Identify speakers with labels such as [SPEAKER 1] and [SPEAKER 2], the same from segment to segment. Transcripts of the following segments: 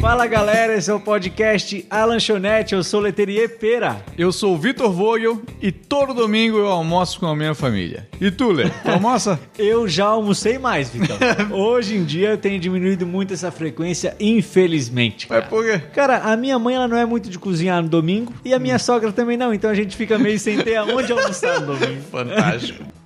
[SPEAKER 1] Fala galera, esse é o podcast A Lanchonete, eu sou o Leterier Pera.
[SPEAKER 2] Eu sou o Vitor Vogel e todo domingo eu almoço com a minha família. E tu, Lê, tu almoça?
[SPEAKER 1] Eu já almocei mais, Vitão. Hoje em dia eu tenho diminuído muito essa frequência, infelizmente.
[SPEAKER 2] Mas por quê?
[SPEAKER 1] Cara, a minha mãe ela não é muito de cozinhar no domingo e a minha sogra também não, então a gente fica meio sem ter aonde almoçar no domingo.
[SPEAKER 2] Fantástico.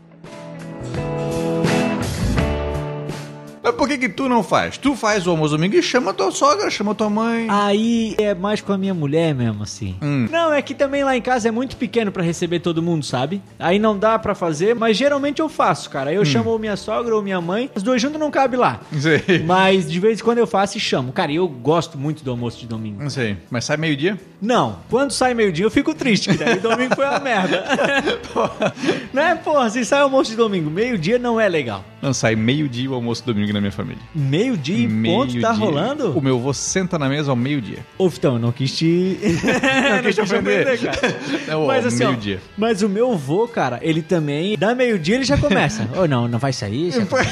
[SPEAKER 2] Mas por que que tu não faz? Tu faz o almoço domingo e chama tua sogra, chama tua mãe.
[SPEAKER 1] Aí é mais com a minha mulher mesmo, assim. Não, é que também lá em casa é muito pequeno pra receber todo mundo, sabe? Aí não dá pra fazer, mas geralmente eu faço, cara. Eu chamo ou minha sogra ou minha mãe, os dois juntos não cabe lá.
[SPEAKER 2] Sei.
[SPEAKER 1] Mas de vez em quando eu faço e chamo. Cara, eu gosto muito do almoço de domingo.
[SPEAKER 2] Não sei, mas sai meio-dia?
[SPEAKER 1] Não, quando sai meio-dia eu fico triste, que daí domingo foi uma merda. não é, porra, se sai almoço de domingo, meio-dia não é legal.
[SPEAKER 2] Não, sai meio-dia o almoço domingo na minha família.
[SPEAKER 1] Meio-dia em ponto tá
[SPEAKER 2] Meio-dia.
[SPEAKER 1] rolando?
[SPEAKER 2] O meu avô senta na mesa ao meio-dia.
[SPEAKER 1] Ô, Vitão, eu não quis te. não
[SPEAKER 2] quis te ofender. Não, ó,
[SPEAKER 1] mas assim, ó,
[SPEAKER 2] meio-dia.
[SPEAKER 1] mas o meu vô, cara, ele também. Da meio-dia ele já começa. Ô, não, não vai sair? Você
[SPEAKER 2] pois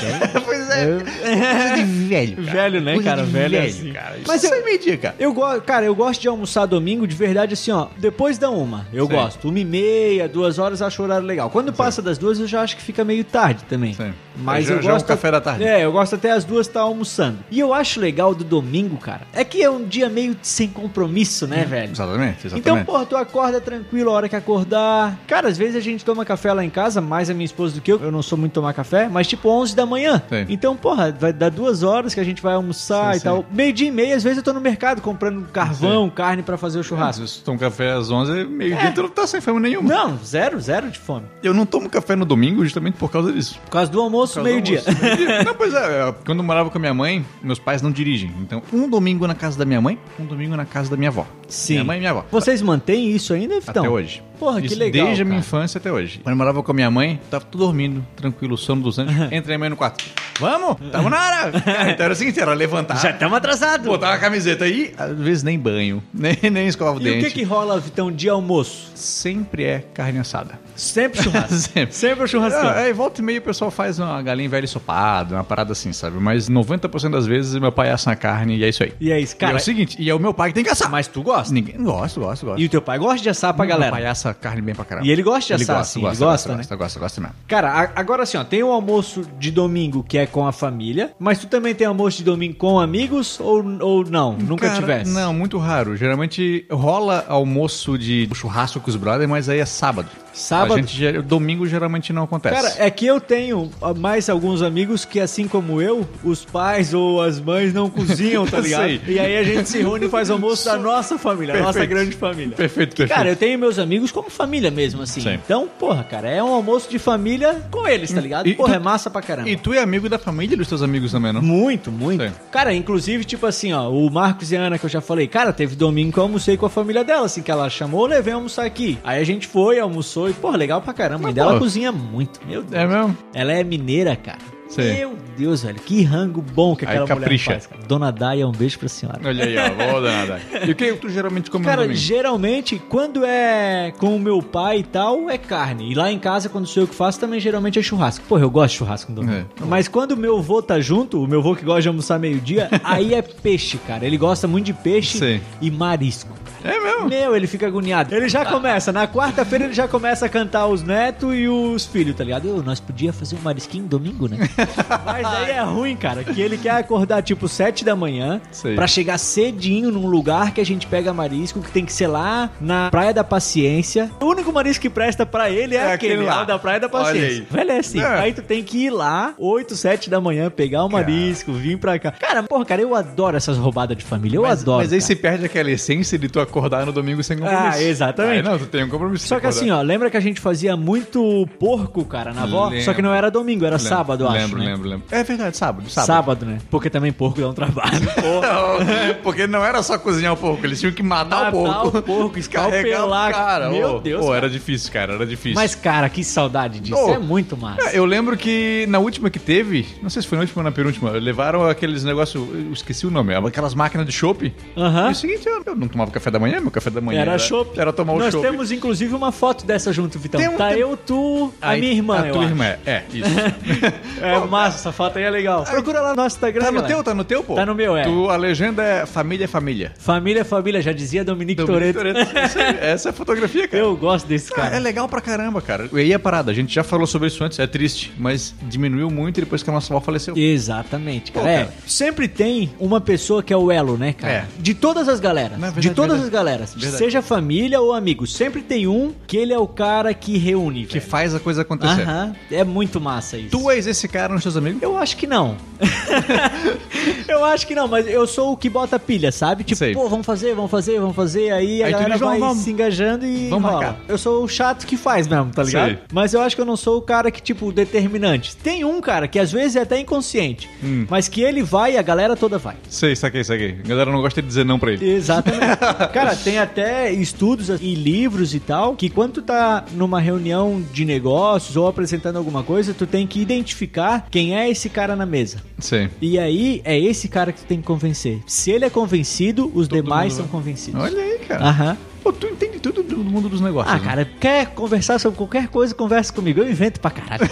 [SPEAKER 1] velho. é. Velho, né, cara? Velho. é assim.
[SPEAKER 2] cara. Isso
[SPEAKER 1] Mas eu,
[SPEAKER 2] sai meio-dia, cara.
[SPEAKER 1] eu gosto, cara, eu gosto de almoçar domingo de verdade assim, ó. Depois da uma, eu
[SPEAKER 2] Sim.
[SPEAKER 1] gosto. Uma e meia, duas horas, acho o horário legal. Quando passa das duas, eu já acho que fica meio tarde também.
[SPEAKER 2] Sim.
[SPEAKER 1] Mas
[SPEAKER 2] Já-
[SPEAKER 1] eu
[SPEAKER 2] já é um
[SPEAKER 1] gosto.
[SPEAKER 2] café da tarde.
[SPEAKER 1] É, eu gosto até as duas estar almoçando. E eu acho legal do domingo, cara, é que é um dia meio sem compromisso, né, velho?
[SPEAKER 2] Exatamente, exatamente.
[SPEAKER 1] Então, porra, tu acorda tranquilo a hora que acordar. Cara, às vezes a gente toma café lá em casa, mais a minha esposa do que eu, eu não sou muito tomar café, mas tipo 11 da manhã.
[SPEAKER 2] Sim.
[SPEAKER 1] Então, porra, vai dar duas horas que a gente vai almoçar
[SPEAKER 2] Sim,
[SPEAKER 1] e
[SPEAKER 2] sim.
[SPEAKER 1] tal. Meio dia e meia, às vezes eu tô no mercado comprando carvão, carne pra fazer o
[SPEAKER 2] Ah, se
[SPEAKER 1] churrasco. É.
[SPEAKER 2] você toma café às 11, meio-dia, tu não tá sem fome nenhuma.
[SPEAKER 1] Não, zero, zero de fome.
[SPEAKER 2] Eu não tomo café no domingo justamente por causa disso.
[SPEAKER 1] Por causa do almoço,
[SPEAKER 2] Por causa do
[SPEAKER 1] meio-dia.
[SPEAKER 2] almoço. Meio-dia. Não, pois é, é, quando eu morava com a minha mãe, meus pais não dirigem. Então, um domingo na casa da minha mãe, um domingo na casa da minha avó.
[SPEAKER 1] Sim.
[SPEAKER 2] Minha mãe e minha avó.
[SPEAKER 1] Vocês mantêm isso ainda, Vitão?
[SPEAKER 2] até hoje.
[SPEAKER 1] Porra, que
[SPEAKER 2] Isso
[SPEAKER 1] legal.
[SPEAKER 2] Desde a minha
[SPEAKER 1] cara.
[SPEAKER 2] infância até hoje. Quando eu morava com a minha mãe, tava tudo dormindo, tranquilo, sono dos anjos. Entrei a mãe no quarto. Vamos? Tamo na hora! Cara, então era o seguinte, era levantar.
[SPEAKER 1] Já estamos atrasados.
[SPEAKER 2] Botar uma camiseta aí, às vezes nem banho, nem, nem escova
[SPEAKER 1] E
[SPEAKER 2] o
[SPEAKER 1] o
[SPEAKER 2] dente.
[SPEAKER 1] que que rola, Vitão, de almoço?
[SPEAKER 2] Sempre é carne assada.
[SPEAKER 1] Sempre churrasco.
[SPEAKER 2] Sempre.
[SPEAKER 1] Sempre o churrascão.
[SPEAKER 2] Ah, aí volta e meia o pessoal faz uma galinha velha ensopada, uma parada assim, sabe? Mas 90% das vezes meu pai assa a carne e é isso aí.
[SPEAKER 1] E é isso,
[SPEAKER 2] E é
[SPEAKER 1] cara.
[SPEAKER 2] o seguinte, e é o meu pai que tem que assar.
[SPEAKER 1] Mas tu gosta?
[SPEAKER 2] Ninguém... Gosto, gosto, gosto.
[SPEAKER 1] E o teu pai gosta de assar pra galera.
[SPEAKER 2] Meu pai assa carne bem pra caramba.
[SPEAKER 1] E ele gosta de assar, assim, ele gosta, né?
[SPEAKER 2] gosta, gosta, gosta mesmo.
[SPEAKER 1] Cara, a- agora assim, ó, tem o almoço de domingo que é com a família, mas tu também tem almoço de domingo com amigos ou, ou não? Nunca
[SPEAKER 2] Cara,
[SPEAKER 1] tivesse?
[SPEAKER 2] Não, muito raro. Geralmente rola almoço de churrasco com os brothers, mas aí é sábado.
[SPEAKER 1] Sábado?
[SPEAKER 2] A gente, ger- domingo geralmente não acontece.
[SPEAKER 1] Cara, é que eu tenho ah, mais alguns amigos que, assim como eu, os pais ou as mães não cozinham, tá
[SPEAKER 2] Eu
[SPEAKER 1] ligado?
[SPEAKER 2] sei.
[SPEAKER 1] E aí a gente se reúne e faz almoço da nossa família, a nossa
[SPEAKER 2] Perfeito.
[SPEAKER 1] grande família.
[SPEAKER 2] Perfeito, perfeito.
[SPEAKER 1] Cara, eu tenho meus amigos como família mesmo, assim.
[SPEAKER 2] Sim. Hum.
[SPEAKER 1] Então, porra, cara, é um almoço de família com eles, tá ligado?
[SPEAKER 2] E
[SPEAKER 1] porra,
[SPEAKER 2] tu-
[SPEAKER 1] é massa pra caramba.
[SPEAKER 2] E tu é amigo da família dos teus amigos também, não?
[SPEAKER 1] Muito, muito.
[SPEAKER 2] Sim.
[SPEAKER 1] Cara, inclusive, tipo assim, ó, o Marcos e a Ana que eu já falei, cara, teve domingo que eu almocei com a família dela, assim, que ela chamou, levei almoçar aqui. Aí a gente foi, almoçou e, pô, legal pra caramba. A mãe
[SPEAKER 2] Mas,
[SPEAKER 1] dela
[SPEAKER 2] pô.
[SPEAKER 1] cozinha muito, meu Deus.
[SPEAKER 2] Tá É mesmo?
[SPEAKER 1] Ela é mineira, cara.
[SPEAKER 2] Sim.
[SPEAKER 1] Meu Deus, velho, que rango bom que
[SPEAKER 2] Aí
[SPEAKER 1] aquela mulher
[SPEAKER 2] capricha.
[SPEAKER 1] faz, cara. Dona Daia, um beijo pra senhora.
[SPEAKER 2] Olha aí, ó, vou dar nada. E o que tu geralmente come no
[SPEAKER 1] Cara,
[SPEAKER 2] domingo?
[SPEAKER 1] geralmente, quando é com o meu pai e tal, é carne. E lá em casa, quando sou eu que faço, também geralmente é churrasco. Porra, eu gosto de churrasco no domingo.
[SPEAKER 2] É.
[SPEAKER 1] Mas quando o meu vô tá junto, o meu vô que gosta de almoçar meio-dia, aí é peixe, cara. Ele gosta muito de peixe
[SPEAKER 2] Sim.
[SPEAKER 1] e marisco.
[SPEAKER 2] É mesmo?
[SPEAKER 1] Meu, ele fica agoniado. Tá. Ele já começa, na quarta-feira ele já começa a cantar os netos e os filhos, tá ligado? Eu, nós podia fazer um marisquinho domingo, né? Mas aí é ruim, cara, que ele quer acordar tipo sete da manhã
[SPEAKER 2] Sei.
[SPEAKER 1] pra chegar cedinho num lugar que a gente pega marisco, que tem que ser lá na Praia da Paciência. O único marisco que presta pra ele é,
[SPEAKER 2] É
[SPEAKER 1] aquele,
[SPEAKER 2] aquele
[SPEAKER 1] lá
[SPEAKER 2] lá.
[SPEAKER 1] da Praia da
[SPEAKER 2] Olha
[SPEAKER 1] Paciência.
[SPEAKER 2] aí.
[SPEAKER 1] Velho, é assim.
[SPEAKER 2] É.
[SPEAKER 1] Aí tu tem que ir lá, 8, 7 da manhã, pegar o marisco, vir pra cá. Cara, porra, cara, eu adoro essas roubadas de família. Eu adoro.
[SPEAKER 2] Mas aí
[SPEAKER 1] cara.
[SPEAKER 2] se perde aquela essência de tu acordar no domingo sem compromisso.
[SPEAKER 1] Ah, exatamente.
[SPEAKER 2] Aí não, tu tem um compromisso.
[SPEAKER 1] Só que assim, ó, lembra que a gente fazia muito porco, cara, na avó?
[SPEAKER 2] Lembro.
[SPEAKER 1] Só que não era domingo, era sábado, eu acho.
[SPEAKER 2] Lembro,
[SPEAKER 1] né?
[SPEAKER 2] lembro, lembro. É verdade, sábado,
[SPEAKER 1] Sábado.
[SPEAKER 2] sábado.
[SPEAKER 1] né? Porque também porco dá um trabalho.
[SPEAKER 2] Não, porque não era só cozinhar o porco, eles tinham que matar o
[SPEAKER 1] Matar
[SPEAKER 2] porco.
[SPEAKER 1] o porco,
[SPEAKER 2] Descarregar o
[SPEAKER 1] escalpelar.
[SPEAKER 2] cara.
[SPEAKER 1] Meu
[SPEAKER 2] Ô,
[SPEAKER 1] Deus,
[SPEAKER 2] ô,
[SPEAKER 1] cara.
[SPEAKER 2] era difícil, cara, era difícil.
[SPEAKER 1] Mas, cara, que saudade disso.
[SPEAKER 2] Ô.
[SPEAKER 1] É muito massa.
[SPEAKER 2] É, Eu lembro que na última que teve, não sei se foi na última ou na penúltima, levaram aqueles negócios, eu esqueci o nome, aquelas máquinas de chope.
[SPEAKER 1] Aham.
[SPEAKER 2] E o seguinte, eu, eu não tomava café da manhã? Meu café da manhã
[SPEAKER 1] Era chopp.
[SPEAKER 2] Era tomar o
[SPEAKER 1] Nós
[SPEAKER 2] chopp.
[SPEAKER 1] temos, inclusive, uma foto dessa junto, Vitão.
[SPEAKER 2] Tem um-
[SPEAKER 1] tá
[SPEAKER 2] tem-
[SPEAKER 1] eu, tu, a
[SPEAKER 2] Aí,
[SPEAKER 1] minha irmã,
[SPEAKER 2] A
[SPEAKER 1] eu
[SPEAKER 2] tua
[SPEAKER 1] acho.
[SPEAKER 2] irmã, é. é, isso.
[SPEAKER 1] É massa, essa foto aí é legal. Procura lá no nosso Instagram,
[SPEAKER 2] tá no
[SPEAKER 1] galera.
[SPEAKER 2] teu, tá no teu, pô?
[SPEAKER 1] Tá no meu, é.
[SPEAKER 2] Tu, a legenda é família, família.
[SPEAKER 1] Família, família, já dizia Dominique Toretto.
[SPEAKER 2] Toretto. Essa, essa é a fotografia, cara.
[SPEAKER 1] Eu gosto desse
[SPEAKER 2] Ah,
[SPEAKER 1] cara.
[SPEAKER 2] é legal pra caramba, cara. E aí a parada, a gente já falou sobre isso antes, é triste, mas diminuiu muito depois que a nossa avó faleceu.
[SPEAKER 1] Exatamente, cara.
[SPEAKER 2] Pô,
[SPEAKER 1] É,
[SPEAKER 2] cara.
[SPEAKER 1] sempre tem uma pessoa que é o elo, né, cara?
[SPEAKER 2] É.
[SPEAKER 1] De todas as galeras.
[SPEAKER 2] Não, é
[SPEAKER 1] de
[SPEAKER 2] verdade,
[SPEAKER 1] todas
[SPEAKER 2] verdade.
[SPEAKER 1] as galeras.
[SPEAKER 2] Verdade.
[SPEAKER 1] Seja família ou amigo. Sempre tem um que ele é o cara que reúne.
[SPEAKER 2] Que
[SPEAKER 1] velho.
[SPEAKER 2] faz a coisa acontecer.
[SPEAKER 1] Aham. É muito massa isso.
[SPEAKER 2] Tu és esse cara nos teus amigos?
[SPEAKER 1] Eu acho que não. eu acho que não, mas eu sou o que bota pilha, sabe? Tipo,
[SPEAKER 2] Sei.
[SPEAKER 1] pô, vamos fazer, vamos fazer, vamos fazer. Aí a
[SPEAKER 2] Aí tu
[SPEAKER 1] galera
[SPEAKER 2] diz, "Vamos,
[SPEAKER 1] vai
[SPEAKER 2] vamos."
[SPEAKER 1] se engajando e
[SPEAKER 2] Vamos
[SPEAKER 1] rola.
[SPEAKER 2] marcar.
[SPEAKER 1] Eu sou o chato que faz mesmo, tá ligado?
[SPEAKER 2] Sei.
[SPEAKER 1] Mas eu acho que eu não sou o cara que, tipo, determinante. Tem um cara que às vezes é até inconsciente,
[SPEAKER 2] Hum.
[SPEAKER 1] mas que ele vai e a galera toda vai.
[SPEAKER 2] Sei, saquei, saquei. A galera não gosta de dizer não pra ele.
[SPEAKER 1] Exatamente. Cara, tem até estudos e livros e tal que quando tu tá numa reunião de negócios ou apresentando alguma coisa, tu tem que identificar quem é esse cara na mesa.
[SPEAKER 2] Sei.
[SPEAKER 1] E aí é esse cara que tu tem que convencer. Se ele é convencido, os
[SPEAKER 2] Todo
[SPEAKER 1] demais
[SPEAKER 2] mundo né?
[SPEAKER 1] são
[SPEAKER 2] vai.
[SPEAKER 1] convencidos.
[SPEAKER 2] Olha aí, cara.
[SPEAKER 1] Aham.
[SPEAKER 2] Pô, tu entende tudo do mundo dos negócios.
[SPEAKER 1] Ah,
[SPEAKER 2] né?
[SPEAKER 1] cara, quer conversar sobre qualquer coisa, conversa comigo. Eu invento pra caralho.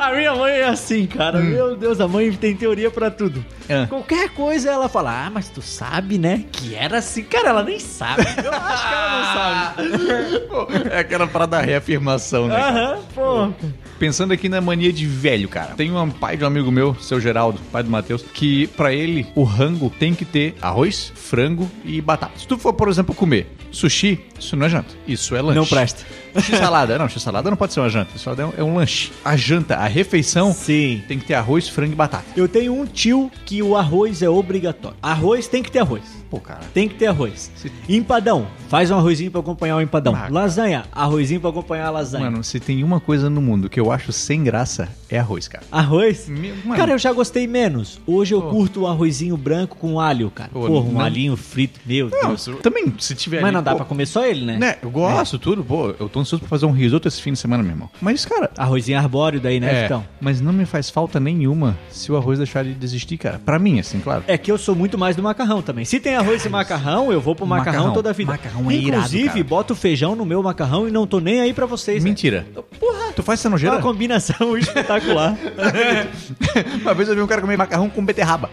[SPEAKER 1] a minha mãe é assim, cara.
[SPEAKER 2] Hum.
[SPEAKER 1] Meu Deus, a mãe tem teoria pra tudo.
[SPEAKER 2] É.
[SPEAKER 1] Qualquer coisa ela fala, ah, mas tu sabe, né? Que era assim. Cara, ela nem sabe. Eu acho que ela não sabe.
[SPEAKER 2] Pô, é aquela parada da reafirmação, né?
[SPEAKER 1] Aham, pô.
[SPEAKER 2] Pensando aqui na mania de velho, cara. Tem um pai de um amigo meu, seu Geraldo, pai do Matheus, que pra ele o rango tem que ter arroz, frango e batata. Se tu for, por exemplo, comer sushi, isso não é janta. Isso é lanche.
[SPEAKER 1] Não presta.
[SPEAKER 2] X-salada, não, x-salada não pode ser uma janta. X-salada é um- é um lanche. A janta, a refeição,
[SPEAKER 1] Sim.
[SPEAKER 2] tem que ter arroz, frango e batata.
[SPEAKER 1] Eu tenho um tio que o arroz é obrigatório. Arroz tem que ter arroz.
[SPEAKER 2] Pô, cara.
[SPEAKER 1] Tem que ter arroz.
[SPEAKER 2] Se-
[SPEAKER 1] Empadão, faz um arrozinho pra acompanhar o empadão.
[SPEAKER 2] Ah, cara.
[SPEAKER 1] lasanha, arrozinho pra acompanhar a lasanha.
[SPEAKER 2] Mano, se tem uma coisa no mundo que eu acho sem graça, é arroz, cara.
[SPEAKER 1] Arroz?
[SPEAKER 2] Me- mano.
[SPEAKER 1] Cara, eu já gostei menos. Hoje eu
[SPEAKER 2] Pô.
[SPEAKER 1] curto o arrozinho branco com alho, cara.
[SPEAKER 2] Pô,
[SPEAKER 1] Porra, um
[SPEAKER 2] não-
[SPEAKER 1] alhinho frito, meu Deus.
[SPEAKER 2] também, se tiver
[SPEAKER 1] Mas
[SPEAKER 2] ali,
[SPEAKER 1] não dá
[SPEAKER 2] pô,
[SPEAKER 1] pra comer só ele, né?
[SPEAKER 2] Né, eu gosto, tudo, pô. Eu tô ansioso pra fazer um risoto esse fim de semana, meu irmão. Mas, cara,
[SPEAKER 1] É. Arrozinho arbóreo daí, né,
[SPEAKER 2] É,
[SPEAKER 1] Vitão?
[SPEAKER 2] Mas não me faz falta nenhuma se o arroz deixar de desistir, cara. Pra mim, assim, claro.
[SPEAKER 1] É que eu sou muito mais do macarrão também. Se tem arroz e macarrão, eu vou pro macarrão,
[SPEAKER 2] Macarrão.
[SPEAKER 1] toda a vida.
[SPEAKER 2] Macarrão é irado,
[SPEAKER 1] Inclusive,
[SPEAKER 2] cara.
[SPEAKER 1] boto feijão no meu macarrão e não tô nem aí pra vocês. né?
[SPEAKER 2] Mentira.
[SPEAKER 1] Porra,
[SPEAKER 2] Tu faz
[SPEAKER 1] é
[SPEAKER 2] cenogeira?
[SPEAKER 1] uma combinação espetacular.
[SPEAKER 2] Uma vez eu vi um cara comer macarrão com beterraba.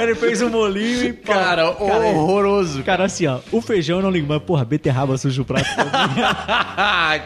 [SPEAKER 1] Ele fez um molinho e pá.
[SPEAKER 2] é
[SPEAKER 1] Cara,
[SPEAKER 2] horroroso.
[SPEAKER 1] Cara, assim, ó, o feijão eu não ligo, mas, porra, beterraba suja o prato.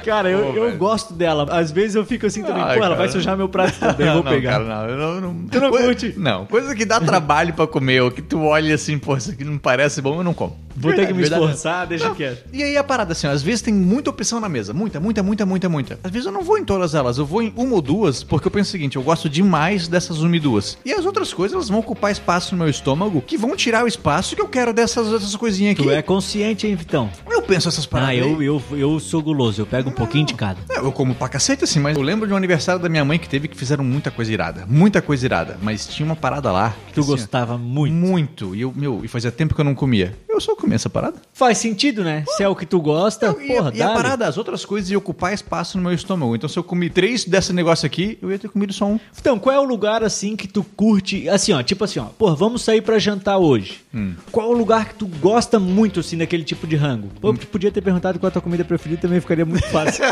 [SPEAKER 1] cara, eu,
[SPEAKER 2] Pô,
[SPEAKER 1] eu
[SPEAKER 2] velho.
[SPEAKER 1] gosto dela. Às vezes eu fico assim também,
[SPEAKER 2] Ai,
[SPEAKER 1] porra, ela
[SPEAKER 2] cara.
[SPEAKER 1] vai sujar meu prato também, eu vou
[SPEAKER 2] não,
[SPEAKER 1] pegar.
[SPEAKER 2] Cara, não, eu não, não...
[SPEAKER 1] Tu não
[SPEAKER 2] Coi-
[SPEAKER 1] curte?
[SPEAKER 2] Não, coisa que dá trabalho pra comer, ou que tu olha assim, pô, isso aqui não parece bom, eu não como.
[SPEAKER 1] Vou ter que me
[SPEAKER 2] Verdade.
[SPEAKER 1] esforçar, deixa
[SPEAKER 2] Não,
[SPEAKER 1] quieto.
[SPEAKER 2] E aí a parada assim, ó, às vezes tem muita opção na mesa, muita, muita, muita, muita, muita. Às vezes eu não vou em todas elas, eu vou em uma ou duas, porque eu penso o seguinte, eu gosto demais dessas uma e duas. E as outras coisas elas vão ocupar espaço no meu estômago, que vão tirar o espaço que eu quero dessas outras coisinhas aqui.
[SPEAKER 1] Tu é consciente, hein, Vitão?
[SPEAKER 2] Eu penso essas paradas.
[SPEAKER 1] Ah, eu,
[SPEAKER 2] aí.
[SPEAKER 1] eu, eu sou guloso, eu pego um pouquinho de cada.
[SPEAKER 2] É, eu como pra cacete, assim, mas eu lembro de um aniversário da minha mãe que teve que fizeram muita coisa irada. Muita coisa irada. Mas tinha uma parada lá. que,
[SPEAKER 1] Tu
[SPEAKER 2] assim, ó,
[SPEAKER 1] gostava muito.
[SPEAKER 2] Muito. E eu, meu, e fazia tempo que eu não comia. Eu só comia essa parada.
[SPEAKER 1] Faz sentido, né? Se é o que tu gosta,
[SPEAKER 2] Não, Então, e,
[SPEAKER 1] porra,
[SPEAKER 2] a- e a
[SPEAKER 1] dá-lhe.
[SPEAKER 2] parada, as outras coisas iam ocupar espaço no meu estômago. Então, se eu comi três desse negócio aqui, eu ia ter comido só um.
[SPEAKER 1] Então, qual é o lugar assim que tu curte? Assim, ó, tipo assim, ó, pô, vamos sair pra jantar hoje.
[SPEAKER 2] Hum.
[SPEAKER 1] Qual é o lugar que tu gosta muito, assim, daquele tipo de rango?
[SPEAKER 2] Hum.
[SPEAKER 1] Pô, tu podia ter perguntado qual é a tua comida preferida, também ficaria muito fácil.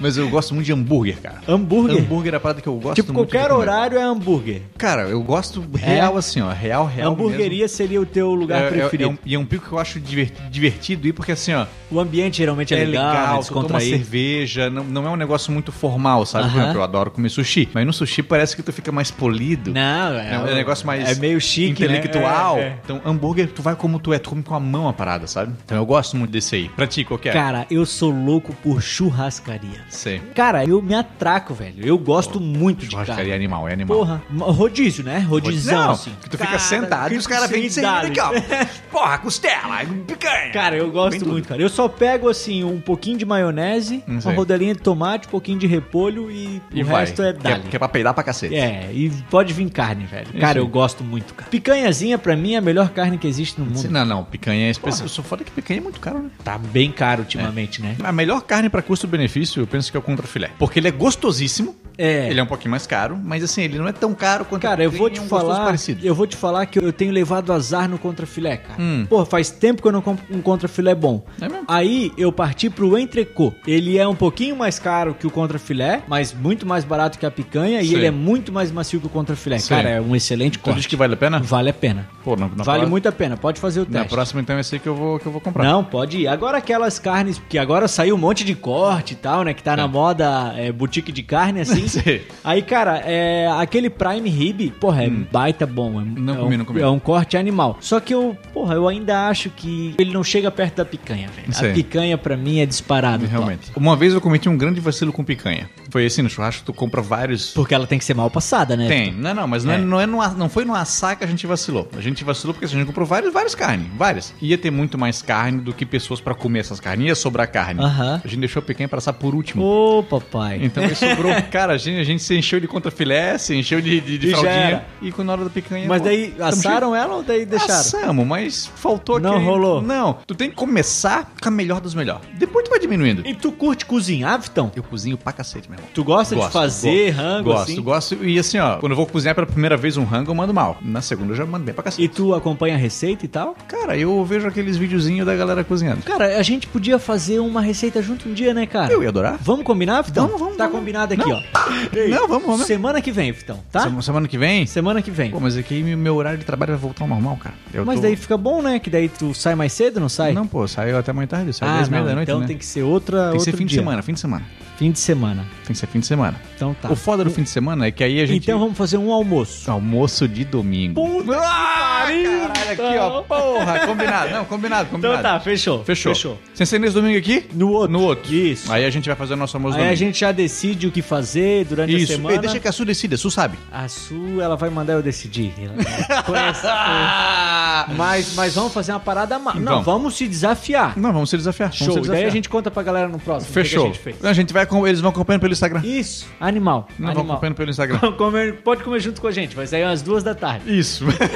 [SPEAKER 2] Mas eu gosto muito de hambúrguer, cara.
[SPEAKER 1] hambúrguer?
[SPEAKER 2] Hambúrguer é a parada que eu gosto
[SPEAKER 1] tipo,
[SPEAKER 2] muito de
[SPEAKER 1] qualquer
[SPEAKER 2] comer.
[SPEAKER 1] horário é hambúrguer.
[SPEAKER 2] Cara, eu gosto real assim, ó. Real, real.
[SPEAKER 1] Hamburgueria seria o teu
[SPEAKER 2] mesmo.
[SPEAKER 1] lugar
[SPEAKER 2] É- é, é,
[SPEAKER 1] preferido.
[SPEAKER 2] um, e é um pico que eu acho diver- divertido ir, porque assim, ó,
[SPEAKER 1] O ambiente geralmente é, legal, é
[SPEAKER 2] tu toma
[SPEAKER 1] descontraído.
[SPEAKER 2] cerveja, não, não é um negócio muito formal, sabe? Por
[SPEAKER 1] Aham.
[SPEAKER 2] exemplo, eu adoro comer sushi, mas no sushi parece que tu fica mais polido.
[SPEAKER 1] Não, é,
[SPEAKER 2] É um negócio mais
[SPEAKER 1] É meio chique, né?
[SPEAKER 2] intelectual.
[SPEAKER 1] É, é.
[SPEAKER 2] Então, hambúrguer, tu vai como tu é, tu come com a mão a parada, sabe? Então eu gosto muito desse aí. Pra ti, qual que é?
[SPEAKER 1] Cara, eu sou louco por churrascaria.
[SPEAKER 2] Sei.
[SPEAKER 1] Cara, eu me atraco, velho. Eu gosto muito de carne.
[SPEAKER 2] Churrascaria é animal, é animal.
[SPEAKER 1] Porra, rodízio, né? Rodizão,
[SPEAKER 2] Não,
[SPEAKER 1] assim.
[SPEAKER 2] que tu fica
[SPEAKER 1] Cara,
[SPEAKER 2] sentado
[SPEAKER 1] que
[SPEAKER 2] e os caras vêm te servindo
[SPEAKER 1] dá-lhe.
[SPEAKER 2] aqui, ó. Porra, costela, é picanha.
[SPEAKER 1] Cara, eu
[SPEAKER 2] Vem
[SPEAKER 1] gosto
[SPEAKER 2] tudo.
[SPEAKER 1] muito, cara. Eu só pego, assim, um pouquinho de maionese,
[SPEAKER 2] Não
[SPEAKER 1] uma
[SPEAKER 2] sei.
[SPEAKER 1] rodelinha de tomate, um pouquinho de repolho e,
[SPEAKER 2] E
[SPEAKER 1] o
[SPEAKER 2] vai.
[SPEAKER 1] resto é
[SPEAKER 2] Que é,
[SPEAKER 1] dali.
[SPEAKER 2] que é pra peidar pra cacete.
[SPEAKER 1] É, e pode vir carne, velho. Cara,
[SPEAKER 2] aí.
[SPEAKER 1] eu gosto muito, cara. Picanhazinha, pra mim, é a melhor carne que existe no mundo.
[SPEAKER 2] Não, não, picanha é especial. Eu sou foda que picanha é muito caro, né?
[SPEAKER 1] Tá bem caro ultimamente, né?
[SPEAKER 2] A melhor carne pra custo-benefício, eu penso que é o contra filé. Porque ele é gostosíssimo.
[SPEAKER 1] É.
[SPEAKER 2] Ele é um pouquinho mais caro, mas assim, ele não é tão caro quanto
[SPEAKER 1] Cara, eu
[SPEAKER 2] tem
[SPEAKER 1] vou te
[SPEAKER 2] um gostoso
[SPEAKER 1] falar.
[SPEAKER 2] parecido.
[SPEAKER 1] Eu vou te falar que eu tenho levado azar no contrafilé, cara.
[SPEAKER 2] Hum.
[SPEAKER 1] Pô, faz tempo que eu não compro um contrafilé bom.
[SPEAKER 2] É mesmo?
[SPEAKER 1] Aí eu parti pro entrecô. Ele é um pouquinho mais caro que o contrafilé, mas muito mais barato que a picanha e
[SPEAKER 2] Sim.
[SPEAKER 1] ele é muito mais macio que o contrafilé.
[SPEAKER 2] Sim.
[SPEAKER 1] Cara, é um excelente
[SPEAKER 2] Tu
[SPEAKER 1] corte.
[SPEAKER 2] diz que vale a pena?
[SPEAKER 1] Vale a pena.
[SPEAKER 2] Pô, na, na
[SPEAKER 1] vale
[SPEAKER 2] pró-
[SPEAKER 1] muito a pena. Pode fazer o
[SPEAKER 2] Na
[SPEAKER 1] teste.
[SPEAKER 2] próxima, então, é esse que eu vou, que eu vou comprar.
[SPEAKER 1] Não, pode ir. Agora aquelas carnes, porque agora saiu um monte de corte e tal, né? Que tá na moda é, boutique de carne, assim.
[SPEAKER 2] Sim. Hum.
[SPEAKER 1] Aí, cara, é, aquele Prime Rib, porra, é baita bom. É,
[SPEAKER 2] Não
[SPEAKER 1] é
[SPEAKER 2] comi,
[SPEAKER 1] um,
[SPEAKER 2] não comi.
[SPEAKER 1] É um corte animal. Só que eu, porra, eu ainda acho que ele não chega perto da picanha, velho.
[SPEAKER 2] Sim.
[SPEAKER 1] A picanha, pra mim, é disparado. top.
[SPEAKER 2] Realmente. Uma vez eu cometi um grande vacilo com picanha. Foi assim, no churrasco tu compra vários...
[SPEAKER 1] Porque ela tem que ser mal passada, né?
[SPEAKER 2] Tem. Não, não, mas não, é.
[SPEAKER 1] É.
[SPEAKER 2] não, é no a- não foi no assar que a gente vacilou. A gente vacilou porque a gente comprou várias, várias carnes. Várias. Ia ter muito mais carne do que pessoas pra comer essas carnes. Ia sobrar carne.
[SPEAKER 1] Aham.
[SPEAKER 2] A gente deixou a picanha pra assar por último.
[SPEAKER 1] Ô, papai.
[SPEAKER 2] Então aí sobrou. Cara, a gente, a gente se encheu de contrafilé, se encheu de, de, de
[SPEAKER 1] E já
[SPEAKER 2] fraldinha.
[SPEAKER 1] era.
[SPEAKER 2] E com na hora da picanha.
[SPEAKER 1] Mas
[SPEAKER 2] pô,
[SPEAKER 1] daí
[SPEAKER 2] tamo
[SPEAKER 1] assaram ela ou daí
[SPEAKER 2] cheio.
[SPEAKER 1] deixaram?
[SPEAKER 2] Assamos, mas faltou
[SPEAKER 1] Não
[SPEAKER 2] aquele-
[SPEAKER 1] rolou.
[SPEAKER 2] Não, tu tem que começar com a melhor dos melhor. Depois tu vai diminuindo.
[SPEAKER 1] E tu curte cozinhar, Vitão?
[SPEAKER 2] Eu cozinho pra cacete, meu irmão.
[SPEAKER 1] Tu gosta de fazer
[SPEAKER 2] gosto,
[SPEAKER 1] rango,
[SPEAKER 2] Gosto,
[SPEAKER 1] assim?
[SPEAKER 2] gosto. E assim, ó, quando eu vou cozinhar pela primeira vez um rango, eu mando mal. Na segunda eu já mando bem pra cacete.
[SPEAKER 1] E tu acompanha a receita e tal?
[SPEAKER 2] Cara, eu vejo aqueles videozinhos da galera cozinhando.
[SPEAKER 1] Cara, a gente podia fazer uma receita junto um dia, né, cara?
[SPEAKER 2] Eu ia adorar.
[SPEAKER 1] Vamos combinar, Vitão?
[SPEAKER 2] Vamos, vamos,
[SPEAKER 1] Tá
[SPEAKER 2] vamos.
[SPEAKER 1] combinado aqui,
[SPEAKER 2] Não.
[SPEAKER 1] ó. Ei,
[SPEAKER 2] Não, vamos, vamos.
[SPEAKER 1] Semana que vem, Vitão, tá?
[SPEAKER 2] Sem- Semana que vem?
[SPEAKER 1] Semana que vem.
[SPEAKER 2] Pô, mas aqui meu horário de trabalho vai voltar ao normal, cara. Eu
[SPEAKER 1] Mas
[SPEAKER 2] tô-
[SPEAKER 1] daí fica bom, né? Que daí tu sai mais cedo, não sai?
[SPEAKER 2] Não, pô, saiu até amanhã tarde, saiu
[SPEAKER 1] ah,
[SPEAKER 2] 10
[SPEAKER 1] não.
[SPEAKER 2] da noite,
[SPEAKER 1] então
[SPEAKER 2] né?
[SPEAKER 1] tem que ser outra,
[SPEAKER 2] Tem que
[SPEAKER 1] outro
[SPEAKER 2] ser fim de
[SPEAKER 1] dia.
[SPEAKER 2] semana, fim de semana.
[SPEAKER 1] Fim de semana.
[SPEAKER 2] Tem que ser fim de semana.
[SPEAKER 1] Então tá.
[SPEAKER 2] O foda do fim de semana é que aí a gente...
[SPEAKER 1] Então vamos fazer um almoço.
[SPEAKER 2] Almoço de domingo.
[SPEAKER 1] Puta
[SPEAKER 2] ah,
[SPEAKER 1] que pariu,
[SPEAKER 2] caralho, aqui, ó.
[SPEAKER 1] então.
[SPEAKER 2] Porra, combinado. Não, combinado, combinado.
[SPEAKER 1] Então tá, fechou.
[SPEAKER 2] Fechou. Sem ser nesse domingo aqui?
[SPEAKER 1] No outro.
[SPEAKER 2] No outro.
[SPEAKER 1] Isso.
[SPEAKER 2] Aí a gente vai fazer o nosso almoço
[SPEAKER 1] Aí
[SPEAKER 2] domingo.
[SPEAKER 1] a gente já decide o que fazer durante
[SPEAKER 2] Isso.
[SPEAKER 1] a semana.
[SPEAKER 2] Ei, deixa que a Su decida, a Su sabe.
[SPEAKER 1] A Su, ela vai mandar eu decidir. Ela conhece-
[SPEAKER 2] Ah!
[SPEAKER 1] mas, mas vamos fazer uma parada má. Não,
[SPEAKER 2] Vamos.
[SPEAKER 1] vamos se desafiar.
[SPEAKER 2] Não, vamos se desafiar. vamos se
[SPEAKER 1] Show. E daí
[SPEAKER 2] desafiar. É.
[SPEAKER 1] a gente conta pra galera no próximo. o que
[SPEAKER 2] Fechou.
[SPEAKER 1] que a gente
[SPEAKER 2] a gente vai com... Eles vão acompanhando pelo Instagram.
[SPEAKER 1] fez. Isso. Animal.
[SPEAKER 2] Não, vão
[SPEAKER 1] animal.
[SPEAKER 2] acompanhando pelo Instagram.
[SPEAKER 1] Comer- pode comer junto com a gente. Vai sair umas duas da tarde.
[SPEAKER 2] Isso.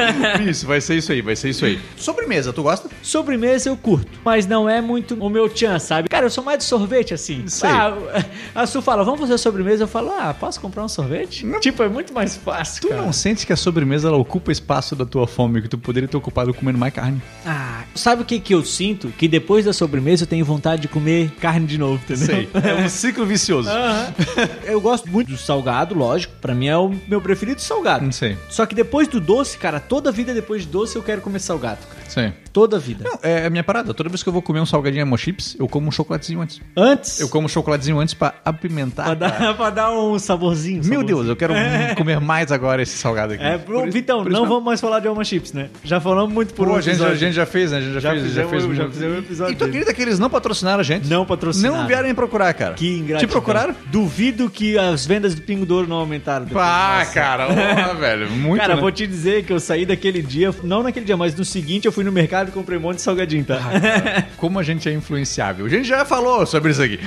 [SPEAKER 2] isso, vai ser isso aí, vai ser isso aí. Sobremesa, tu gosta?
[SPEAKER 1] Sobremesa eu curto, mas não é muito o meu tchan, sabe? Cara, eu sou mais de sorvete assim.
[SPEAKER 2] Sei.
[SPEAKER 1] Ah, a Su fala, vamos fazer sobremesa. Eu falo, ah, posso comprar um sorvete?
[SPEAKER 2] Não.
[SPEAKER 1] Tipo, é muito mais fácil.
[SPEAKER 2] Tu
[SPEAKER 1] cara.
[SPEAKER 2] não sente que a sobremesa ela ocupa espaço da tua fome, que tu poderia ter ocupado comendo mais carne?
[SPEAKER 1] Ah, sabe o que, que eu sinto? Que depois da sobremesa eu tenho vontade de comer carne de novo, entendeu? Ah,
[SPEAKER 2] É um ciclo vicioso.
[SPEAKER 1] Aham. eu gosto muito do salgado, lógico. Pra mim é o meu preferido salgado.
[SPEAKER 2] Não sei,
[SPEAKER 1] Só que depois do doce, cara, toda vida depois de doce eu quero comer salgado, cara.
[SPEAKER 2] sei.
[SPEAKER 1] Toda vida.
[SPEAKER 2] Não, é a minha parada. Toda vez que eu vou comer um salgadinho emo chips, eu como um chocolatezinho antes.
[SPEAKER 1] Antes,
[SPEAKER 2] Eu como um chocolatezinho antes pra
[SPEAKER 1] pra,
[SPEAKER 2] apimentar.
[SPEAKER 1] dar, pra dar um saborzinho. um
[SPEAKER 2] Meu
[SPEAKER 1] saborzinho.
[SPEAKER 2] Deus, eu quero comer mais agora esse salgado aqui.
[SPEAKER 1] É,
[SPEAKER 2] Por
[SPEAKER 1] bom,
[SPEAKER 2] isso-
[SPEAKER 1] Vitão,
[SPEAKER 2] por isso
[SPEAKER 1] não
[SPEAKER 2] mesmo.
[SPEAKER 1] vamos mais falar de Alma Chips, né? Já falamos muito por
[SPEAKER 2] Pô, a
[SPEAKER 1] hoje.
[SPEAKER 2] gente, já- a gente já fez, né? A gente já,
[SPEAKER 1] Já
[SPEAKER 2] fez, já fez
[SPEAKER 1] fizemos- já
[SPEAKER 2] muito.
[SPEAKER 1] fizemos um episódio
[SPEAKER 2] E tu
[SPEAKER 1] dele.
[SPEAKER 2] acredita que eles não patrocinaram a gente?
[SPEAKER 1] Não patrocinaram.
[SPEAKER 2] Não vieram me procurar, cara.
[SPEAKER 1] Que
[SPEAKER 2] Te
[SPEAKER 1] ingratidão.
[SPEAKER 2] procuraram?
[SPEAKER 1] Duvido que as vendas do Pingo Douro não aumentaram. depois
[SPEAKER 2] Pá,
[SPEAKER 1] dessa.
[SPEAKER 2] Ah, cara. ó, velho, muito.
[SPEAKER 1] Cara,
[SPEAKER 2] né?
[SPEAKER 1] vou te dizer que eu saí daquele dia, não naquele dia, mas no seguinte eu fui no mercado e comprei um monte de salgadinho, tá?
[SPEAKER 2] Como a gente é influenciável. A gente já falou sobre isso aqui.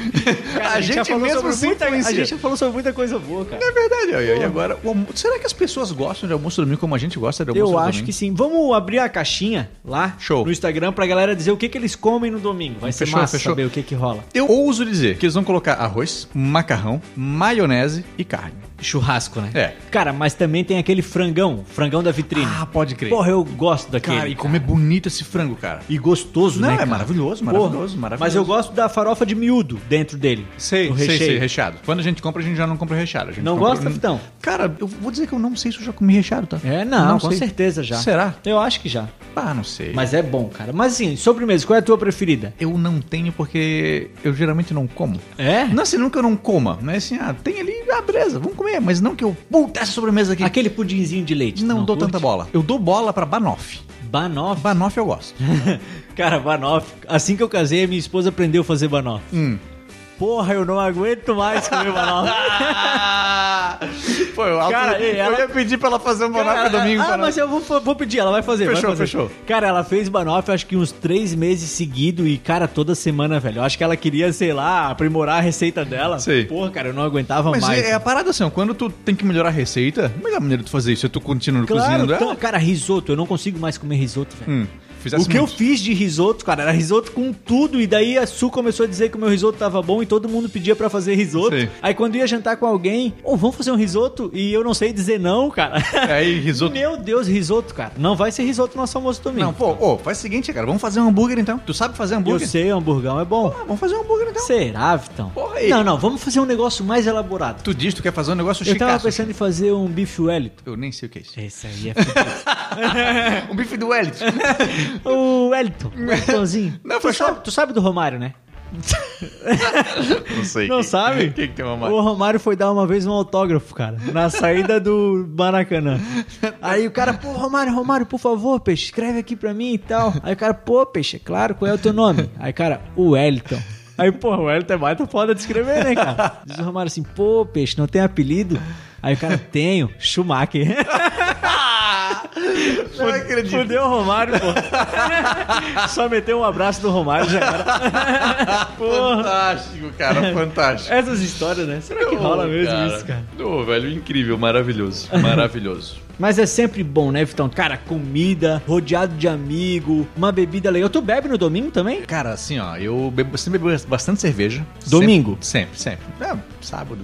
[SPEAKER 1] Cara,
[SPEAKER 2] a, gente,
[SPEAKER 1] já falou
[SPEAKER 2] mesmo
[SPEAKER 1] sobre
[SPEAKER 2] se
[SPEAKER 1] muita-
[SPEAKER 2] influencia.
[SPEAKER 1] A gente já falou sobre muita coisa boa, cara.
[SPEAKER 2] É verdade. ó, E agora, o almo- será que as pessoas gostam de almoço domingo como a gente gosta de almoço
[SPEAKER 1] Eu
[SPEAKER 2] domingo?
[SPEAKER 1] acho que sim. Vamos abrir a caixinha lá
[SPEAKER 2] Show.
[SPEAKER 1] no Instagram pra galera dizer o que, que eles comem no domingo. Vai ser
[SPEAKER 2] Fechou,
[SPEAKER 1] massa
[SPEAKER 2] fechou.
[SPEAKER 1] saber o que, que rola.
[SPEAKER 2] Eu ouso dizer que eles vão colocar arroz, macarrão, maionese e carne.
[SPEAKER 1] Churrasco, né?
[SPEAKER 2] É. Ah,
[SPEAKER 1] Cara, mas também tem aquele frangão, frangão da vitrine.
[SPEAKER 2] pode crer.
[SPEAKER 1] Porra, eu gosto daquele.
[SPEAKER 2] cara, e comer bonito esse frango, cara.
[SPEAKER 1] E gostoso,
[SPEAKER 2] Não,
[SPEAKER 1] né?
[SPEAKER 2] é
[SPEAKER 1] cara?
[SPEAKER 2] maravilhoso,
[SPEAKER 1] Porra,
[SPEAKER 2] maravilhoso, maravilhoso.
[SPEAKER 1] Mas eu gosto da farofa de miúdo dentro dele.
[SPEAKER 2] Sei,
[SPEAKER 1] O
[SPEAKER 2] sei,
[SPEAKER 1] recheio.
[SPEAKER 2] sei, recheado. Quando a gente compra, a gente já não compra recheado. a gente
[SPEAKER 1] Não
[SPEAKER 2] compra- um-
[SPEAKER 1] gosta, Vitão?
[SPEAKER 2] Cara, eu vou dizer que eu não sei se eu já comi recheado, tá?
[SPEAKER 1] É, não, com
[SPEAKER 2] sei.
[SPEAKER 1] certeza já.
[SPEAKER 2] Será?
[SPEAKER 1] Eu acho que já.
[SPEAKER 2] Ah, não sei.
[SPEAKER 1] Mas é bom, cara. Mas assim, sobremesa, qual é a tua preferida?
[SPEAKER 2] eu não tenho porque eu geralmente não como.
[SPEAKER 1] É?
[SPEAKER 2] Não assim, não que eu não coma, mas assim, ah, tem ali, ah, beleza, vamos comer, mas não que eu, puta, essa sobremesa aqui.
[SPEAKER 1] Aquele pudinzinho de leite.
[SPEAKER 2] não, dou
[SPEAKER 1] curte?
[SPEAKER 2] tanta bola. Eu dou bola pra banoff.
[SPEAKER 1] Banoff.
[SPEAKER 2] Banoff eu gosto.
[SPEAKER 1] Cara, banoff. Assim que eu casei, a minha esposa aprendeu a fazer banoff.
[SPEAKER 2] Hum.
[SPEAKER 1] Porra, eu não aguento mais comer banoff.
[SPEAKER 2] Pô, eu,
[SPEAKER 1] Ah! Cara,
[SPEAKER 2] eu,
[SPEAKER 1] ei, ela-
[SPEAKER 2] ia pedir pra ela fazer um banoff
[SPEAKER 1] Cara,
[SPEAKER 2] domingo.
[SPEAKER 1] ah,
[SPEAKER 2] pra nós.
[SPEAKER 1] mas eu vou, vou pedir, ela vai fazer. vai
[SPEAKER 2] Fechou,
[SPEAKER 1] fazer.
[SPEAKER 2] fechou.
[SPEAKER 1] Cara, ela fez banoff acho que uns três meses seguido e, cara, toda semana, velho. Eu acho que ela queria, sei lá, aprimorar a receita dela.
[SPEAKER 2] Sei.
[SPEAKER 1] Porra, cara, eu não aguentava
[SPEAKER 2] Mas
[SPEAKER 1] mais.
[SPEAKER 2] é, é a parada assim, ó, quando tu tem que melhorar a receita, a melhor maneira de fazer isso é tu continuando
[SPEAKER 1] Claro,
[SPEAKER 2] cozinhando
[SPEAKER 1] então,
[SPEAKER 2] ela.
[SPEAKER 1] cara, risoto. Eu não consigo mais comer risoto, velho.
[SPEAKER 2] Hum. fizesse
[SPEAKER 1] o que
[SPEAKER 2] muitos.
[SPEAKER 1] eu fiz de risoto, cara, era risoto com tudo. E daí a Su começou a dizer que o meu risoto tava bom e todo mundo pedia pra fazer risoto.
[SPEAKER 2] Sei.
[SPEAKER 1] Aí quando ia jantar com alguém, ô, vamos fazer um risoto? E eu não sei dizer não, cara.
[SPEAKER 2] É, Aí, risoto.
[SPEAKER 1] Meu Deus, risoto, cara. Não vai ser risoto no nosso almoço domingo.
[SPEAKER 2] Não, pô, ô, faz o seguinte, cara, vamos fazer um hambúrguer então. Tu sabe fazer
[SPEAKER 1] eu
[SPEAKER 2] hambúrguer?
[SPEAKER 1] sei, hamburgão é bom.
[SPEAKER 2] Ah, vamos fazer um hambúrguer então.
[SPEAKER 1] Será, Vitão?
[SPEAKER 2] Porra, e-
[SPEAKER 1] Não, não, vamos fazer um negócio mais elaborado.
[SPEAKER 2] Tu diz, tu quer fazer um negócio
[SPEAKER 1] Eu tava
[SPEAKER 2] chicaço.
[SPEAKER 1] pensando em fazer um bife Wellington.
[SPEAKER 2] Eu nem sei o que é isso.
[SPEAKER 1] Esse aí é
[SPEAKER 2] Um bife do Wellington.
[SPEAKER 1] O Wellington, o Wellingtonzinho.
[SPEAKER 2] Não,
[SPEAKER 1] tu,
[SPEAKER 2] foi só-
[SPEAKER 1] sabe, tu sabe do Romário, né?
[SPEAKER 2] Não sei.
[SPEAKER 1] Não sabe?
[SPEAKER 2] Quem que tem uma
[SPEAKER 1] O Romário foi dar uma vez um autógrafo, cara, na saída do Maracanã. Aí o cara, pô, Romário, Romário, por favor, peixe, escreve aqui pra mim e tal. Aí o cara, pô, peixe, é claro, qual é o teu nome? Aí, cara, o Wellington. Aí, pô, o Wellington é baita foda de escrever, né, cara? Diz o Romário assim, pô, peixe, não tem apelido? Aí o cara, tenho, Schumacher.
[SPEAKER 2] Não acredito.
[SPEAKER 1] Fudeu o Romário, pô. Só meteu um abraço do Romário já era. Porra.
[SPEAKER 2] Fantástico, cara, fantástico.
[SPEAKER 1] Essas histórias, né? Será que rola
[SPEAKER 2] Ô,
[SPEAKER 1] mesmo isso, cara?
[SPEAKER 2] Ô, velho, incrível, maravilhoso. Maravilhoso.
[SPEAKER 1] Mas é sempre bom, né, Vitão? Cara, comida, rodeado de amigo, uma bebida legal. Tu bebe no domingo também?
[SPEAKER 2] Cara, assim, ó, eu bebo, sempre bebo bastante cerveja.
[SPEAKER 1] Domingo?
[SPEAKER 2] Sempre, sempre. sempre. É, sábado.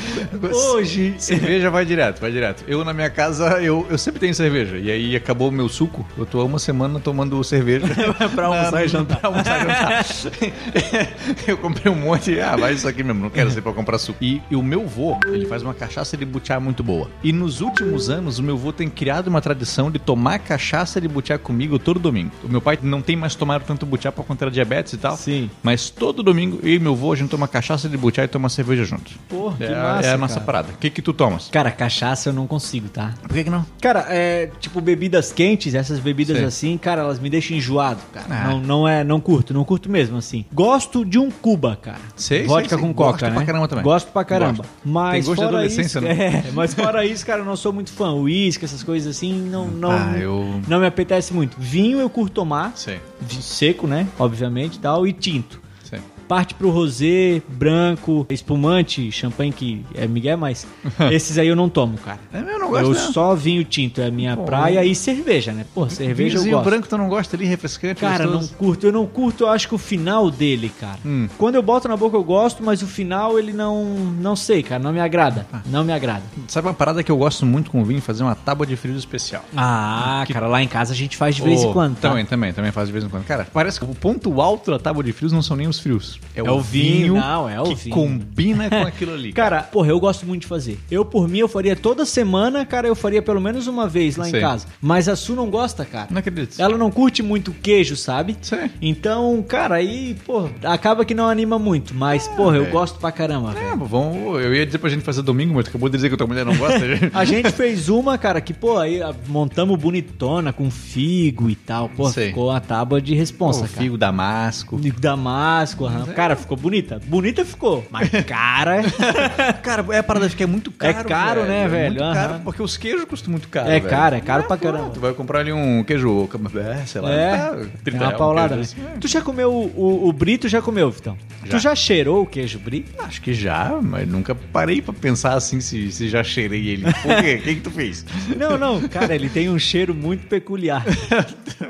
[SPEAKER 1] Hoje.
[SPEAKER 2] Cerveja vai direto, vai direto. Eu na minha casa, eu, eu sempre tenho cerveja. E aí acabou o meu suco, eu tô há uma semana tomando cerveja.
[SPEAKER 1] pra almoçar e jantar.
[SPEAKER 2] Pra almoçar e jantar. eu comprei um monte, ah, vai isso aqui mesmo, não quero ser pra comprar suco. E, e o meu vô, ele faz uma cachaça de butiá muito boa. E nos últimos anos, o meu vô tem criado uma tradição de tomar cachaça de butiá comigo todo domingo. O meu pai não tem mais tomado tanto butiá por conta da diabetes e tal.
[SPEAKER 1] Sim.
[SPEAKER 2] Mas todo domingo, eu e meu vô, a gente toma cachaça de butiá e toma cerveja junto.
[SPEAKER 1] Porra,
[SPEAKER 2] É, a- é a nossa
[SPEAKER 1] cara.
[SPEAKER 2] parada. O que que tu tomas?
[SPEAKER 1] Cara, cachaça eu não consigo, tá?
[SPEAKER 2] Por que, que não?
[SPEAKER 1] Cara, é tipo bebidas quentes, essas bebidas
[SPEAKER 2] Sim.
[SPEAKER 1] assim, cara, elas me deixam enjoado, cara.
[SPEAKER 2] Ah.
[SPEAKER 1] Não, não é, não curto, não curto mesmo assim. Gosto de um Cuba, cara.
[SPEAKER 2] Sei,
[SPEAKER 1] Vodka
[SPEAKER 2] sei, sei.
[SPEAKER 1] com
[SPEAKER 2] Gosto
[SPEAKER 1] coca, né?
[SPEAKER 2] pra caramba também.
[SPEAKER 1] Gosto pra caramba.
[SPEAKER 2] Gosto.
[SPEAKER 1] Mas
[SPEAKER 2] Tem gosto de
[SPEAKER 1] fora
[SPEAKER 2] adolescência,
[SPEAKER 1] isso,
[SPEAKER 2] né?
[SPEAKER 1] é, mas fora isso, cara, eu não sou muito fã. Uísque, essas coisas assim, não não
[SPEAKER 2] Ah, eu-
[SPEAKER 1] não me apetece muito. Vinho eu curto tomar,
[SPEAKER 2] Sei,
[SPEAKER 1] de seco, né? Obviamente, e tal, e tinto.
[SPEAKER 2] sei.
[SPEAKER 1] Parte pro rosé, branco, espumante, champanhe que é Miguel, mas esses aí eu não tomo, cara.
[SPEAKER 2] Eu não
[SPEAKER 1] Eu
[SPEAKER 2] né?
[SPEAKER 1] só vinho tinto, é a minha
[SPEAKER 2] Pô.
[SPEAKER 1] praia e cerveja, né? Pô, cerveja eu
[SPEAKER 2] Vinhozinho
[SPEAKER 1] gosto.
[SPEAKER 2] branco tu não gosta ali, refrescante,
[SPEAKER 1] Cara, não
[SPEAKER 2] gostoso?
[SPEAKER 1] curto, eu não curto, eu acho que o final dele, cara.
[SPEAKER 2] Hum.
[SPEAKER 1] Quando eu boto na boca eu gosto, mas o final ele não, não sei, cara, não me agrada. Não me agrada.
[SPEAKER 2] Sabe uma parada que eu gosto muito com vinho? Fazer uma tábua de frio especial.
[SPEAKER 1] Ah, cara, lá em casa a gente faz de vez
[SPEAKER 2] Ô,
[SPEAKER 1] em quando, tá?
[SPEAKER 2] Também, também, também faz de vez em quando. Cara, parece que o ponto alto da tábua de frios não são nem os frios.
[SPEAKER 1] É o vinho, não, é o
[SPEAKER 2] que
[SPEAKER 1] vinho.
[SPEAKER 2] combina com aquilo ali.
[SPEAKER 1] Cara, porra, eu gosto muito de fazer. Eu, por mim, eu faria toda semana, cara, eu faria pelo menos uma vez lá
[SPEAKER 2] Sei.
[SPEAKER 1] em casa. Mas a Su não gosta, cara.
[SPEAKER 2] Não acredito.
[SPEAKER 1] Ela não curte muito queijo, sabe?
[SPEAKER 2] Sei.
[SPEAKER 1] Então, cara, aí, pô, acaba que não anima muito. Mas, porra, eu
[SPEAKER 2] velho.
[SPEAKER 1] gosto pra caramba,
[SPEAKER 2] Ah, É,
[SPEAKER 1] velho.
[SPEAKER 2] bom, eu ia dizer pra gente fazer domingo, mas tu acabou de dizer que a tua mulher não gosta.
[SPEAKER 1] A gente fez uma, cara, que, pô, aí a- montamos bonitona com figo e tal. Pô,
[SPEAKER 2] Sei.
[SPEAKER 1] ficou a tábua de responsa,
[SPEAKER 2] o
[SPEAKER 1] cara.
[SPEAKER 2] fio damasco.
[SPEAKER 1] De Damasco, aham.
[SPEAKER 2] é.
[SPEAKER 1] cara, ficou bonita. Bonita ficou, mas cara.
[SPEAKER 2] Cara, é a parada que é muito
[SPEAKER 1] É caro, né, velho?
[SPEAKER 2] muito
[SPEAKER 1] Aham.
[SPEAKER 2] caro, porque os queijos custam muito caro.
[SPEAKER 1] É
[SPEAKER 2] velho.
[SPEAKER 1] caro, é caro pra
[SPEAKER 2] pô,
[SPEAKER 1] caramba.
[SPEAKER 2] Tu vai comprar ali um queijo, camembert, sei lá,
[SPEAKER 1] É,
[SPEAKER 2] tá
[SPEAKER 1] é
[SPEAKER 2] 30
[SPEAKER 1] uma
[SPEAKER 2] reais um
[SPEAKER 1] paulada, né?
[SPEAKER 2] queijo desse.
[SPEAKER 1] Tu já comeu o, o, o brie, tu já comeu, Vitão?
[SPEAKER 2] Já.
[SPEAKER 1] Tu já cheirou o queijo brie?
[SPEAKER 2] Ah, Acho que já, mas nunca parei pra pensar assim se, se já cheirei ele. Por quê? O que, que tu fez?
[SPEAKER 1] Não, não, cara, ele tem um cheiro muito peculiar.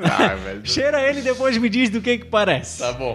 [SPEAKER 2] Ah, velho.
[SPEAKER 1] Cheira ele e depois me diz do que que parece.
[SPEAKER 2] Tá bom.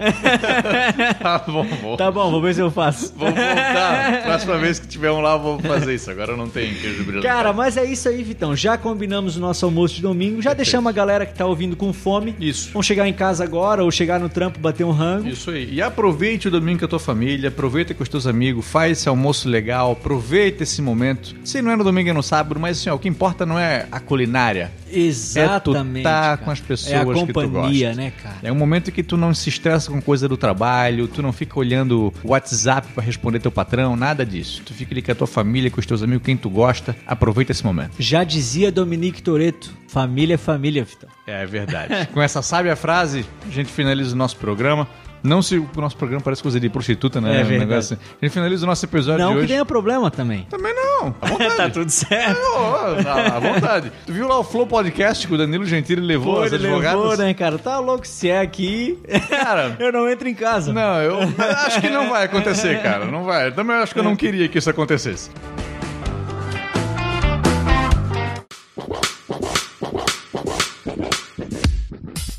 [SPEAKER 2] tá bom, vou.
[SPEAKER 1] Tá bom, vou ver se eu faço.
[SPEAKER 2] Vou voltar. Próxima vez que tiver um lá, eu vou fazer isso. Agora não tem queijo brilhante.
[SPEAKER 1] Cara, mas é isso aí, Vitão. Já combinamos o nosso almoço de domingo, já deixamos a galera que tá ouvindo com fome.
[SPEAKER 2] Isso.
[SPEAKER 1] Vão chegar em casa agora ou chegar no trampo, bater um rango.
[SPEAKER 2] Isso aí. E aproveite o domingo com a tua família, aproveita com os teus amigos, faz esse almoço legal, aproveita esse momento. Se não é no domingo, é no sábado, mas assim, ó, o que importa não é a culinária.
[SPEAKER 1] Exatamente.
[SPEAKER 2] É tu tá
[SPEAKER 1] cara.
[SPEAKER 2] com as pessoas
[SPEAKER 1] é a
[SPEAKER 2] que tu
[SPEAKER 1] companhia,
[SPEAKER 2] gosta.
[SPEAKER 1] né, cara?
[SPEAKER 2] É um momento que tu não se estressa com coisa do trabalho, tu não fica olhando o WhatsApp pra responder teu patrão, nada disso. Tu fica ali com a tua família, com os teus amigos, quem tu gosta. Aproveita esse momento.
[SPEAKER 1] Já dizia Dominique Toreto, família é família, Vitão.
[SPEAKER 2] É verdade. com essa sábia frase, a gente finaliza o nosso programa. Não se o nosso programa parece coisa de prostituta, né?
[SPEAKER 1] É
[SPEAKER 2] Um
[SPEAKER 1] verdade.
[SPEAKER 2] negócio assim. A gente finaliza o nosso episódio
[SPEAKER 1] Não
[SPEAKER 2] de
[SPEAKER 1] que
[SPEAKER 2] hoje.
[SPEAKER 1] tenha problema também.
[SPEAKER 2] Também não. À
[SPEAKER 1] tá
[SPEAKER 2] vontade.
[SPEAKER 1] tudo certo.
[SPEAKER 2] Não, não, à vontade. Tu viu lá o Flow Podcast que o Danilo Gentili levou
[SPEAKER 1] Pô,
[SPEAKER 2] as
[SPEAKER 1] ele
[SPEAKER 2] advogadas?
[SPEAKER 1] levou, né, cara? Tá louco se é aqui.
[SPEAKER 2] Cara,
[SPEAKER 1] eu não entro em casa.
[SPEAKER 2] Não, eu acho que não vai acontecer, cara. Não vai. Eu Também acho que eu não queria que isso acontecesse.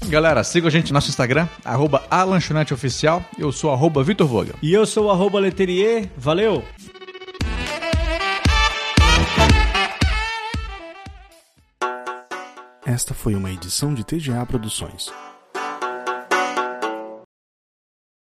[SPEAKER 2] Galera, sigam a gente no nosso Instagram, arroba a lanchonete oficial. Eu sou arroba Vitor Vogel.
[SPEAKER 1] E eu sou o arroba Leterier. Valeu!
[SPEAKER 3] Esta foi uma edição de TGA Produções.